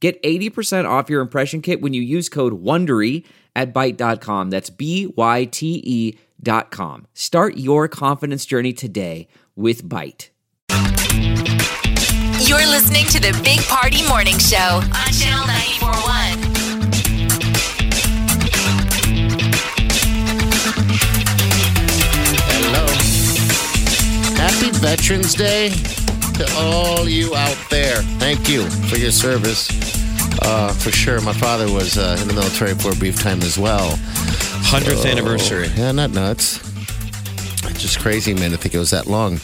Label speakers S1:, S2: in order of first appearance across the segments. S1: Get 80% off your impression kit when you use code WONDERY at Byte.com. That's b y t e dot com. Start your confidence journey today with Byte.
S2: You're listening to the Big Party Morning Show on Channel 941.
S3: Hello. Happy Veterans Day to all you out there. Thank you for your service. Uh, for sure. My father was uh, in the military for a brief time as well.
S4: 100th anniversary.
S3: Yeah, not nuts. Just crazy, man, to think it was that long.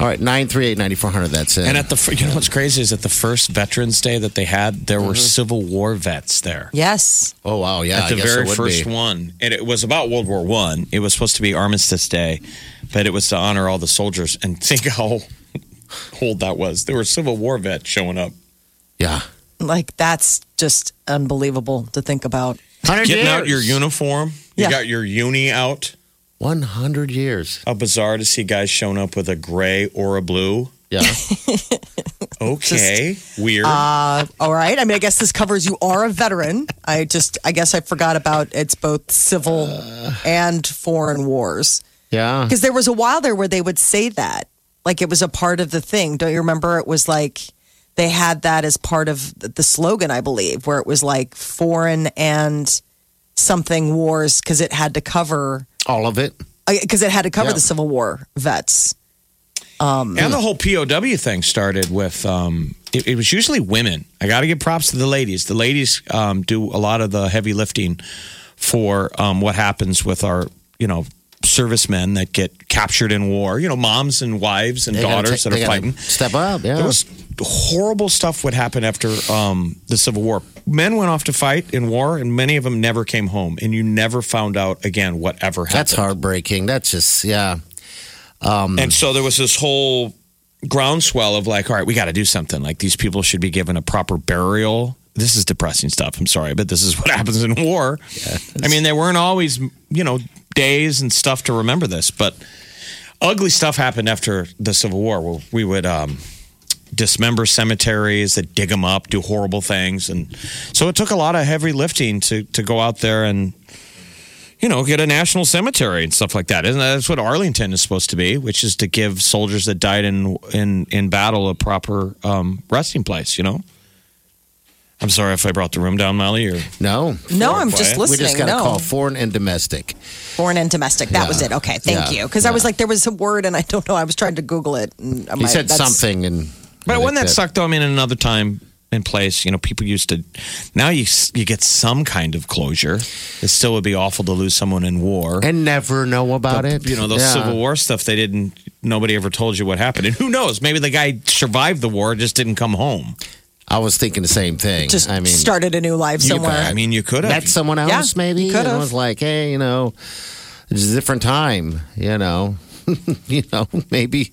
S3: All right, 938 9400. That's it.
S4: And at the fir- you know what's crazy is at the first Veterans Day that they had, there were Civil War vets there.
S5: Yes.
S3: oh, wow. Yeah.
S4: Mm-hmm. At the
S3: I guess
S4: very
S3: it would
S4: first
S3: be.
S4: one, and it was about World War One. It was supposed to be Armistice Day, but it was to honor all the soldiers. And think how old that was. There were Civil War vets showing up.
S3: Yeah.
S5: Like that's just unbelievable to think about.
S3: 100
S4: Getting
S3: years.
S4: out your uniform. You
S5: Yeah.
S4: got your uni out.
S3: 100 years.
S4: How bizarre to see guys showing up with a gray or a blue.
S3: Yeah.
S4: Okay. Weird.
S5: All right. I mean, I guess this covers you are a veteran. I just, I guess I forgot about it's both civil and foreign wars.
S3: yeah.
S5: Because there was a while there where they would say that. Like it was a part of the thing. Don't you remember? It was like they had that as part of th- the slogan, I believe, where it was like foreign and something wars because it had to cover,
S3: All of it.
S5: because it had to cover
S3: Yeah.
S5: the Civil War vets.
S4: And the whole POW thing started with um, it, it was usually women. I got to give props to the ladies. The ladies um, do a lot of the heavy lifting for um, what happens with our, you know, servicemen that get captured in war. You know, moms and wives and
S3: They gotta
S4: daughters
S3: take-
S4: that
S3: they
S4: are
S3: gotta
S4: fighting.
S3: Step up. Yeah.
S4: There was horrible stuff would happen after um, the Civil War. Men went off to fight in war, and many of them never came home, and you never found out again whatever happened.
S3: That's heartbreaking. That's just, yeah.
S4: And so there was this whole groundswell of like, all right, we got to do something. Like these people should be given a proper burial. This is depressing stuff. I'm sorry, but this is what happens in war. I mean, there weren't always, you know, days and stuff to remember this, but ugly stuff happened after the Civil War. Where we would um, dismember cemeteries, that dig them up, do horrible things, and so it took a lot of heavy lifting to to go out there and you know, get a national cemetery and stuff like that. Isn't that, that's what Arlington is supposed to be, which is to give soldiers that died in in in battle a proper um, resting place. You know. I'm sorry if I brought the room down, Molly. Or
S3: No.
S5: No, I'm just
S3: We
S5: listening.
S3: just got to
S5: no.
S3: call foreign and domestic.
S5: Foreign and domestic. That was it. Okay, thank
S3: Yeah.
S5: you. Because I was like, there was a word, and I don't know. I was trying to Google it. And
S3: He said something, and
S4: but
S3: I
S4: wouldn't
S3: think
S4: that suck though? I mean, in another time and place, you know, people used to. Now you s- you get some kind of closure. It still would be awful to lose someone in war.
S3: and never know about it.
S4: You know, those
S3: Yeah.
S4: Civil War stuff. They didn't. Nobody ever told you what happened. And who knows? Maybe the guy survived the war, just didn't come home.
S3: I was thinking the same thing.
S5: Just
S3: I mean,
S5: started a new life
S4: I
S5: somewhere.
S4: mean, you could have.
S3: met someone else,
S5: Yeah,
S3: maybe.
S5: you
S3: and I
S5: could've.
S3: was like, hey, you know, it's a different time. You know, you know, maybe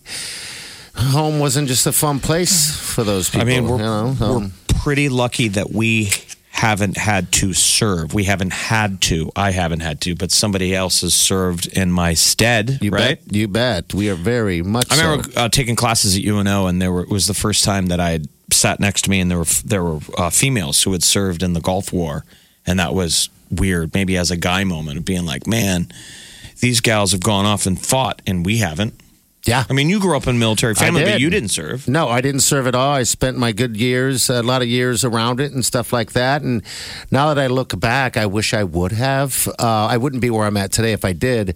S3: home wasn't just a fun place for those people.
S4: I mean, we're,
S3: you know, Um,
S4: we're pretty lucky that we haven't had to serve. We haven't had to. I haven't had to, but somebody else has served in my stead,
S3: you
S4: right?
S3: bet. You bet. We are very much.
S4: I remember
S3: so.
S4: uh, taking classes at UNO, and there were it was the first time that I had sat next to me, and there were there were uh, females who had served in the Gulf War, and that was weird. Maybe as a guy moment of being like, man, these gals have gone off and fought, and we haven't.
S3: Yeah.
S4: I mean, you grew up in military family, but
S3: did.
S4: you didn't serve.
S3: No, I didn't serve at all. I spent my good years, a lot of years around it and stuff like that. And now that I look back, I wish I would have. Uh, I wouldn't be where I'm at today if I did.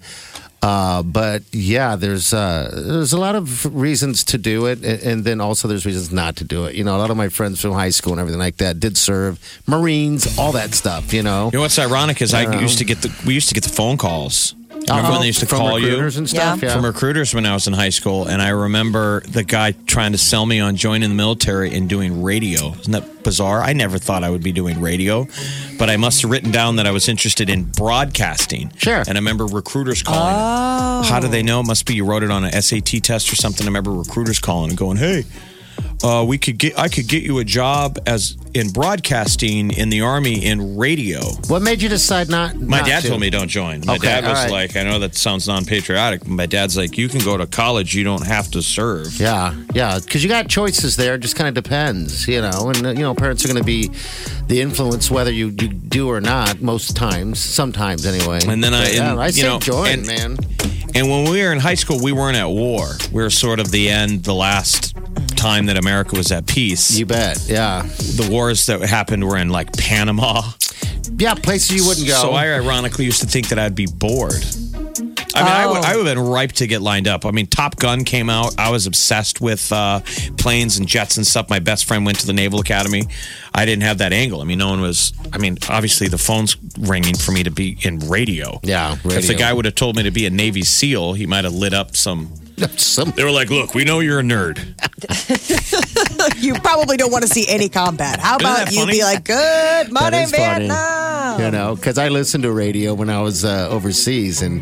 S3: Uh, but yeah, there's uh, there's a lot of reasons to do it, and, and then also there's reasons not to do it. You know, a lot of my friends from high school and everything like that did serve, Marines, all that stuff. You know,
S4: You know what's ironic is I used to get the we used to get the phone calls Remember when they used to
S3: Uh-huh. from
S4: call you
S3: recruiters and stuff.
S5: Yeah.
S3: Yeah.
S4: from recruiters when I was in high school, and I remember the guy trying to sell me on joining the military and doing radio. Isn't that bizarre? I never thought I would be doing radio, but I must have written down that I was interested in broadcasting.
S3: Sure. Oh.
S4: And I remember recruiters calling. How do they know? It must be you wrote it on an SAT test or something. I remember recruiters calling and going, "Hey." Uh, we could get. I could get you a job as in broadcasting in the army in radio.
S3: what made you decide not?
S4: My
S3: not
S4: dad
S3: to?
S4: told me don't join. My
S3: Okay,
S4: dad was
S3: all right.
S4: like, I know that sounds non patriotic, but my dad's like, you can go to college, you don't have to serve.
S3: Yeah, yeah, because you got choices there. It just kind of depends, you know. And uh, you know, parents are going to be the influence whether you, you do or not. Most times, sometimes anyway.
S4: And then I-
S3: But, yeah,
S4: and,
S3: I
S4: you
S3: say
S4: know,
S3: join,
S4: and-
S3: man.
S4: And when we were in high school, we weren't at war. We were sort of the end, the last time that America was at peace.
S3: You bet. Yeah,
S4: the wars that happened were in like Panama.
S3: yeah, places you wouldn't go.
S4: So I ironically used to think that I'd be bored. I mean, I would, I would have been ripe to get lined up. I mean, Top Gun came out. I was obsessed with uh, planes and jets and stuff. My best friend went to the Naval Academy. I didn't have that angle. I mean, no one was. I mean, obviously the phone's ringing for me to be in radio.
S3: Yeah,
S4: If the
S3: radio.
S4: guy would have told me to be a Navy SEAL, he might have lit up some.
S3: Some-
S4: They were like, "Look, we know you're a nerd."
S5: You probably don't want to see any combat. How
S4: Isn't
S5: about
S4: that
S5: you
S4: funny?
S5: be like, good morning,
S3: is funny.
S5: Vietnam?
S3: you know, because I listened to radio when I was uh, overseas, and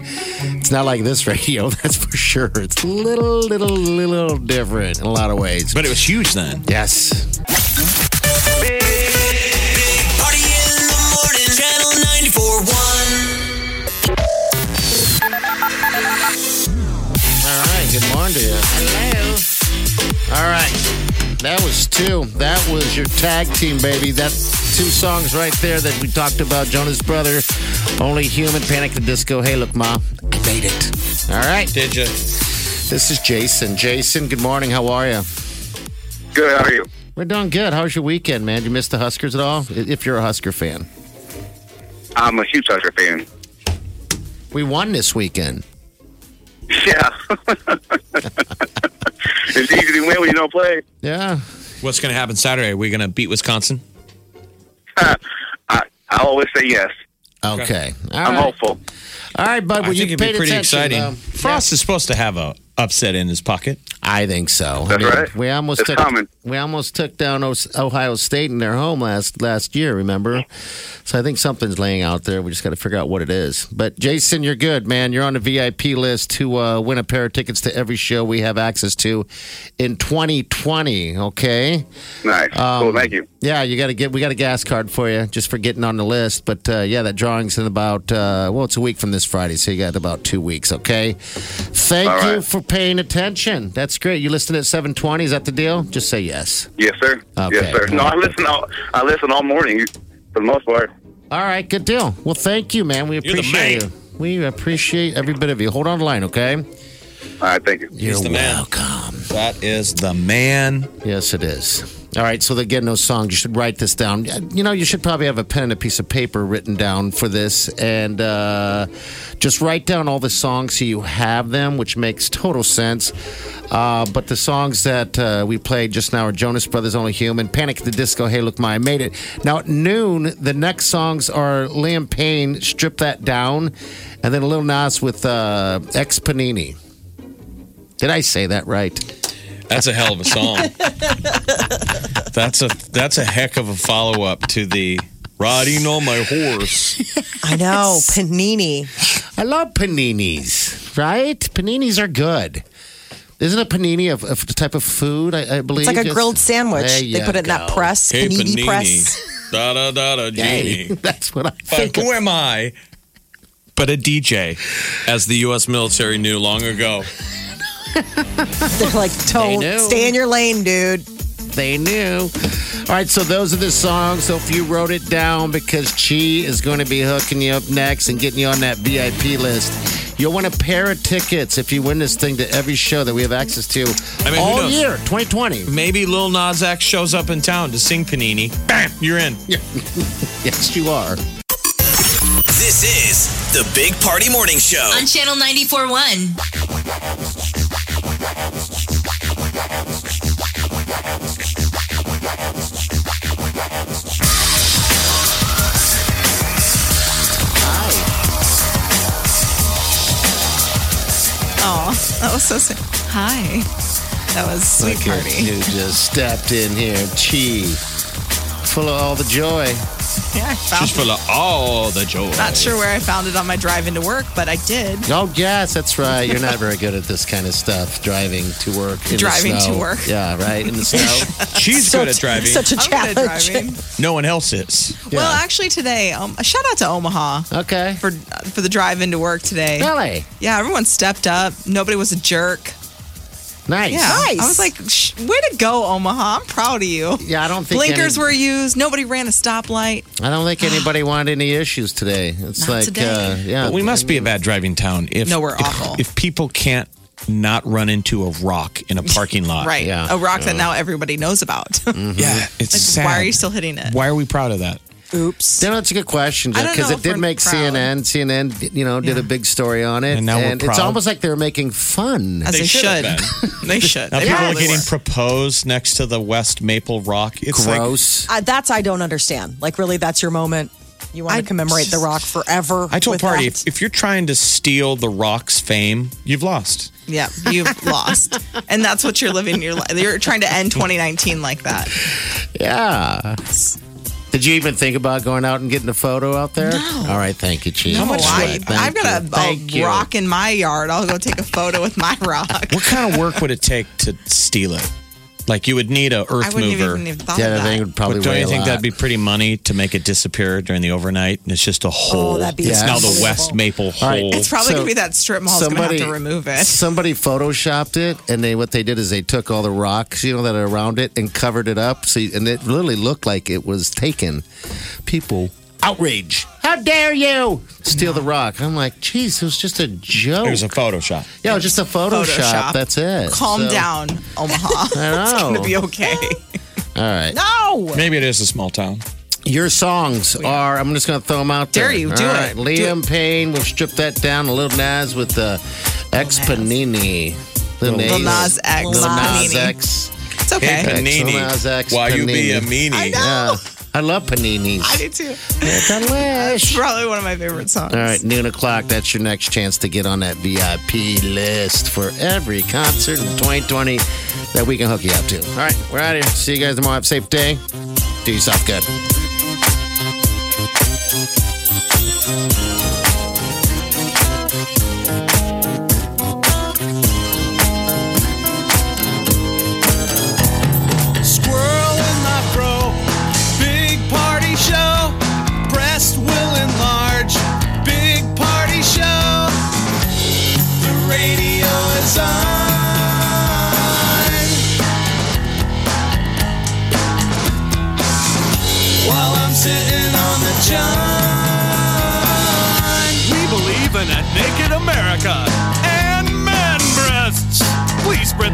S3: it's not like this radio. That's for sure. It's a little, little, little different in a lot of ways.
S4: But it was huge then.
S3: yes,
S6: Party in the morning, channel 941.
S3: All right, good morning to you. Hello. All right, that was two. That was your tag team, baby. That two songs right there that we talked about. Jonas Brother, Only Human, Panic at the Disco. Hey, look, Ma, I made it. All right,
S4: Did you?
S3: this is Jason. Jason, good morning. How are you?
S7: Good. How are you?
S3: We're doing good. How's your weekend, man? Did you miss the Huskers at all? I- If you're a Husker fan,
S7: I'm a huge Husker fan.
S3: we won this weekend.
S7: Yeah. it's easy to win when you don't play.
S3: Yeah,
S4: What's going to happen Saturday? Are we going to beat Wisconsin?
S7: I, I always say yes.
S3: okay. All
S7: I'm
S3: right.
S7: hopeful.
S3: All right, bud. Well,
S4: I think
S3: you
S4: it'd be
S3: paid
S4: pretty
S3: attention, um,
S4: exciting.
S3: though.
S4: Frost is supposed to have a upset in his pocket.
S3: I think so. I
S7: That's right.
S3: We almost
S7: It's
S3: took
S7: common.
S3: we almost took down O- Ohio State in their home last last year. Remember? So I think something's laying out there. We just got to figure out what it is. But Jason, you're good, man. You're on the VIP list to uh, win a pair of tickets to every show we have access to in 2020. Okay.
S7: Nice.
S3: Um,
S7: cool. Thank you.
S3: Yeah, you got to get we got a gas card for you just for getting on the list. But uh, yeah, that drawing's in about uh, well, it's a week from this Friday, so you got about two weeks. Okay. Thank
S7: All
S3: you
S7: right.
S3: for paying attention. That's great. You listed at seven twenty. Is that the deal? Just say yes.
S7: Yes, sir.
S3: Okay.
S7: Yes, sir. No, I listen all. I listen all morning for the most part.
S3: All right, good deal. Well, thank you, man. We
S4: You're the
S3: appreciate
S4: man.
S3: you. We appreciate every bit of you. Hold on the line, okay?
S7: All right. Thank you.
S3: You're
S4: the man.
S3: welcome.
S4: That is the man.
S3: Yes, it is. All right, so again, those songs, you should write this down. You know, you should probably have a pen and a piece of paper written down for this and uh, just write down all the songs so you have them, which makes total sense. Uh, but the songs that uh, we played just now are Jonas Brothers Only Human, Panic at the Disco, Hey Look My, I Made It. Now at noon, the next songs are Liam Payne, Strip That Down, and then Lil Nas with uh, Ex Panini. Did I say that right?
S4: That's a hell of a song. that's a that's a heck of a follow up to the riding on my horse.
S5: I know, panini.
S3: I love paninis, right? Paninis are good. Isn't a panini a, a type of food? I, I believe
S5: It's like a grilled sandwich.
S3: There
S5: They
S3: you
S5: put it in that
S3: go.
S5: press, panini, press.
S4: Da da da da
S3: Hey,
S4: genie.
S3: that's what I
S4: But
S3: think.
S4: who am I? But a DJ, as the U.S. military knew long ago.
S5: They're like, don't
S3: They know.
S5: stay in your lane, dude.
S3: They knew. All right, so those are the songs. So if you wrote it down, because Chi is going to be hooking you up next and getting you on that VIP list. You'll win a pair of tickets if you win this thing to every show that we have access to
S4: I mean, who
S3: all
S4: knows?
S3: year 2020.
S4: Maybe Lil Nas X shows up in town to sing Panini. Bam, you're in.
S3: Yes, you are.
S6: This is the Big Party Morning Show.
S2: On Channel 94.1.
S8: That was so sick. Hi. That was sweet
S3: Look at
S8: party.
S3: you just stepped in here, chi, full of all the joy.
S8: Yeah, I
S4: She's
S8: found
S4: full of all the joy.
S8: Not sure where I found it on my drive into work, but I did.
S3: Oh yes, that's right. You're not very good at this kind of stuff. Driving to work. In the
S8: Driving to
S3: snow.
S8: work.
S3: Yeah, right in the snow.
S4: She's good at driving.
S5: Such a
S8: I'm good at
S5: challenge.
S8: driving.
S4: no one else is.
S8: Well, actually, today, um, a shout out to Omaha
S3: okay.
S8: for for the drive into work today.
S3: Really
S8: Yeah, everyone stepped up. Nobody was a jerk.
S3: nice.
S8: Yeah,
S5: Nice.
S8: I was like, Sh- way to go, Omaha. I'm proud of you.
S3: Yeah, I don't think
S8: Blinkers
S3: any-
S8: were used. Nobody ran a stoplight.
S3: I don't think anybody wanted any issues today. It's
S8: Not
S3: like,
S8: today.
S3: Uh, yeah,
S4: But we must be a bad driving town if
S8: No, we're
S4: if-
S8: awful.
S4: If, people can't not run into a rock in a parking lot,
S8: Right.
S3: yeah.
S8: A rock that now everybody knows about.
S4: Yeah, it's Mm. sad.
S8: Why are you still hitting it?
S4: Why are we proud of that?
S5: Oops.
S3: You know, it's a good question
S8: I don't
S3: because
S8: know
S3: it
S8: if
S3: did
S8: we're
S3: make
S8: proud.
S3: CNN. CNN, you know, did a big story on it,
S4: And now we're
S3: it's
S4: proud.
S3: almost like they're making fun.
S8: As
S4: They
S8: they,
S4: should
S8: should.
S4: have
S8: they should.
S4: Now
S8: They
S4: people are
S8: probably
S4: getting
S8: were.
S4: proposed next to the West Maple Rock. It's like-
S3: Gross.
S5: Uh, that's I don't understand. Like really, that's your moment. You want to
S8: I
S5: commemorate the Rock forever.
S4: I told
S5: with
S4: Party,
S5: that?
S4: if, if you're trying to steal the Rock's fame, you've lost.
S8: Yeah, you've lost. And that's what you're living your life. You're trying to end 2019 like that.
S3: yeah. Did you even think about going out and getting a photo out there?
S8: No.
S3: All right, thank you, Chief.
S8: No, I,
S3: Thank
S8: I've got
S3: you.
S8: a,
S3: Thank
S8: a
S3: you.
S8: rock in my yard. I'll go take a photo with my rock.
S4: What kind of work would it take to steal it? Like you would need a earth
S8: I wouldn't
S4: mover.
S8: even have thought
S3: Yeah,
S8: of
S3: that
S8: that.
S3: thing would probably
S4: But don't
S3: weigh
S4: you
S3: a
S4: think
S3: lot.
S4: that'd be pretty money to make it disappear during the overnight? And it's just
S8: Oh,
S4: a hole.
S5: that'd be
S4: it's now the
S5: unbelievable.
S4: West Maple hole.
S3: All right.
S8: It's probably
S3: So,
S8: going to be that strip mall's going to have to remove it.
S3: Somebody photoshopped it, and they what they did is they took all the rocks, you know, that are around it, and covered it up. So you- and it literally looked like it was taken. People outrage! How dare you steal the rock? I'm like, geez, it was just a joke.
S4: There's a Photoshop.
S3: yeah, it was just a Photoshop.
S8: Photoshop.
S3: That's it.
S8: Calm
S3: So-
S8: down, Omaha.
S3: I
S8: it's going
S3: know.
S8: to be okay.
S3: all right.
S8: No.
S4: Maybe it is a small town.
S3: Your songs are. I'm just going to throw them out there.
S8: Oh, Dare you,
S3: All
S8: do
S3: right,
S8: it.
S3: Liam Payne. We'll strip that down. A little Nas with the X Panini. Lil
S8: Lil Nas X.
S3: Lil Nas
S8: Panini.
S3: X.
S8: It's okay.
S3: Hey,
S4: Panini.
S3: Somehow Zach's
S4: Why you be a
S3: panini.
S4: meanie?
S3: Yeah. I love paninis.
S8: I do too.
S3: Delish.
S8: Probably one of my favorite songs.
S3: All right, noon o'clock. That's your next chance to get on that VIP list for every concert in 2020 that we can hook you up to. All right, we're out of here. See you guys tomorrow. Have a safe day. Do yourself good.
S9: Squirrel in my fro. Big party show. Breast will enlarge. Big party show. The radio is on. While I'm sitting on the john.
S10: We believe in a naked America and man breasts. Please spread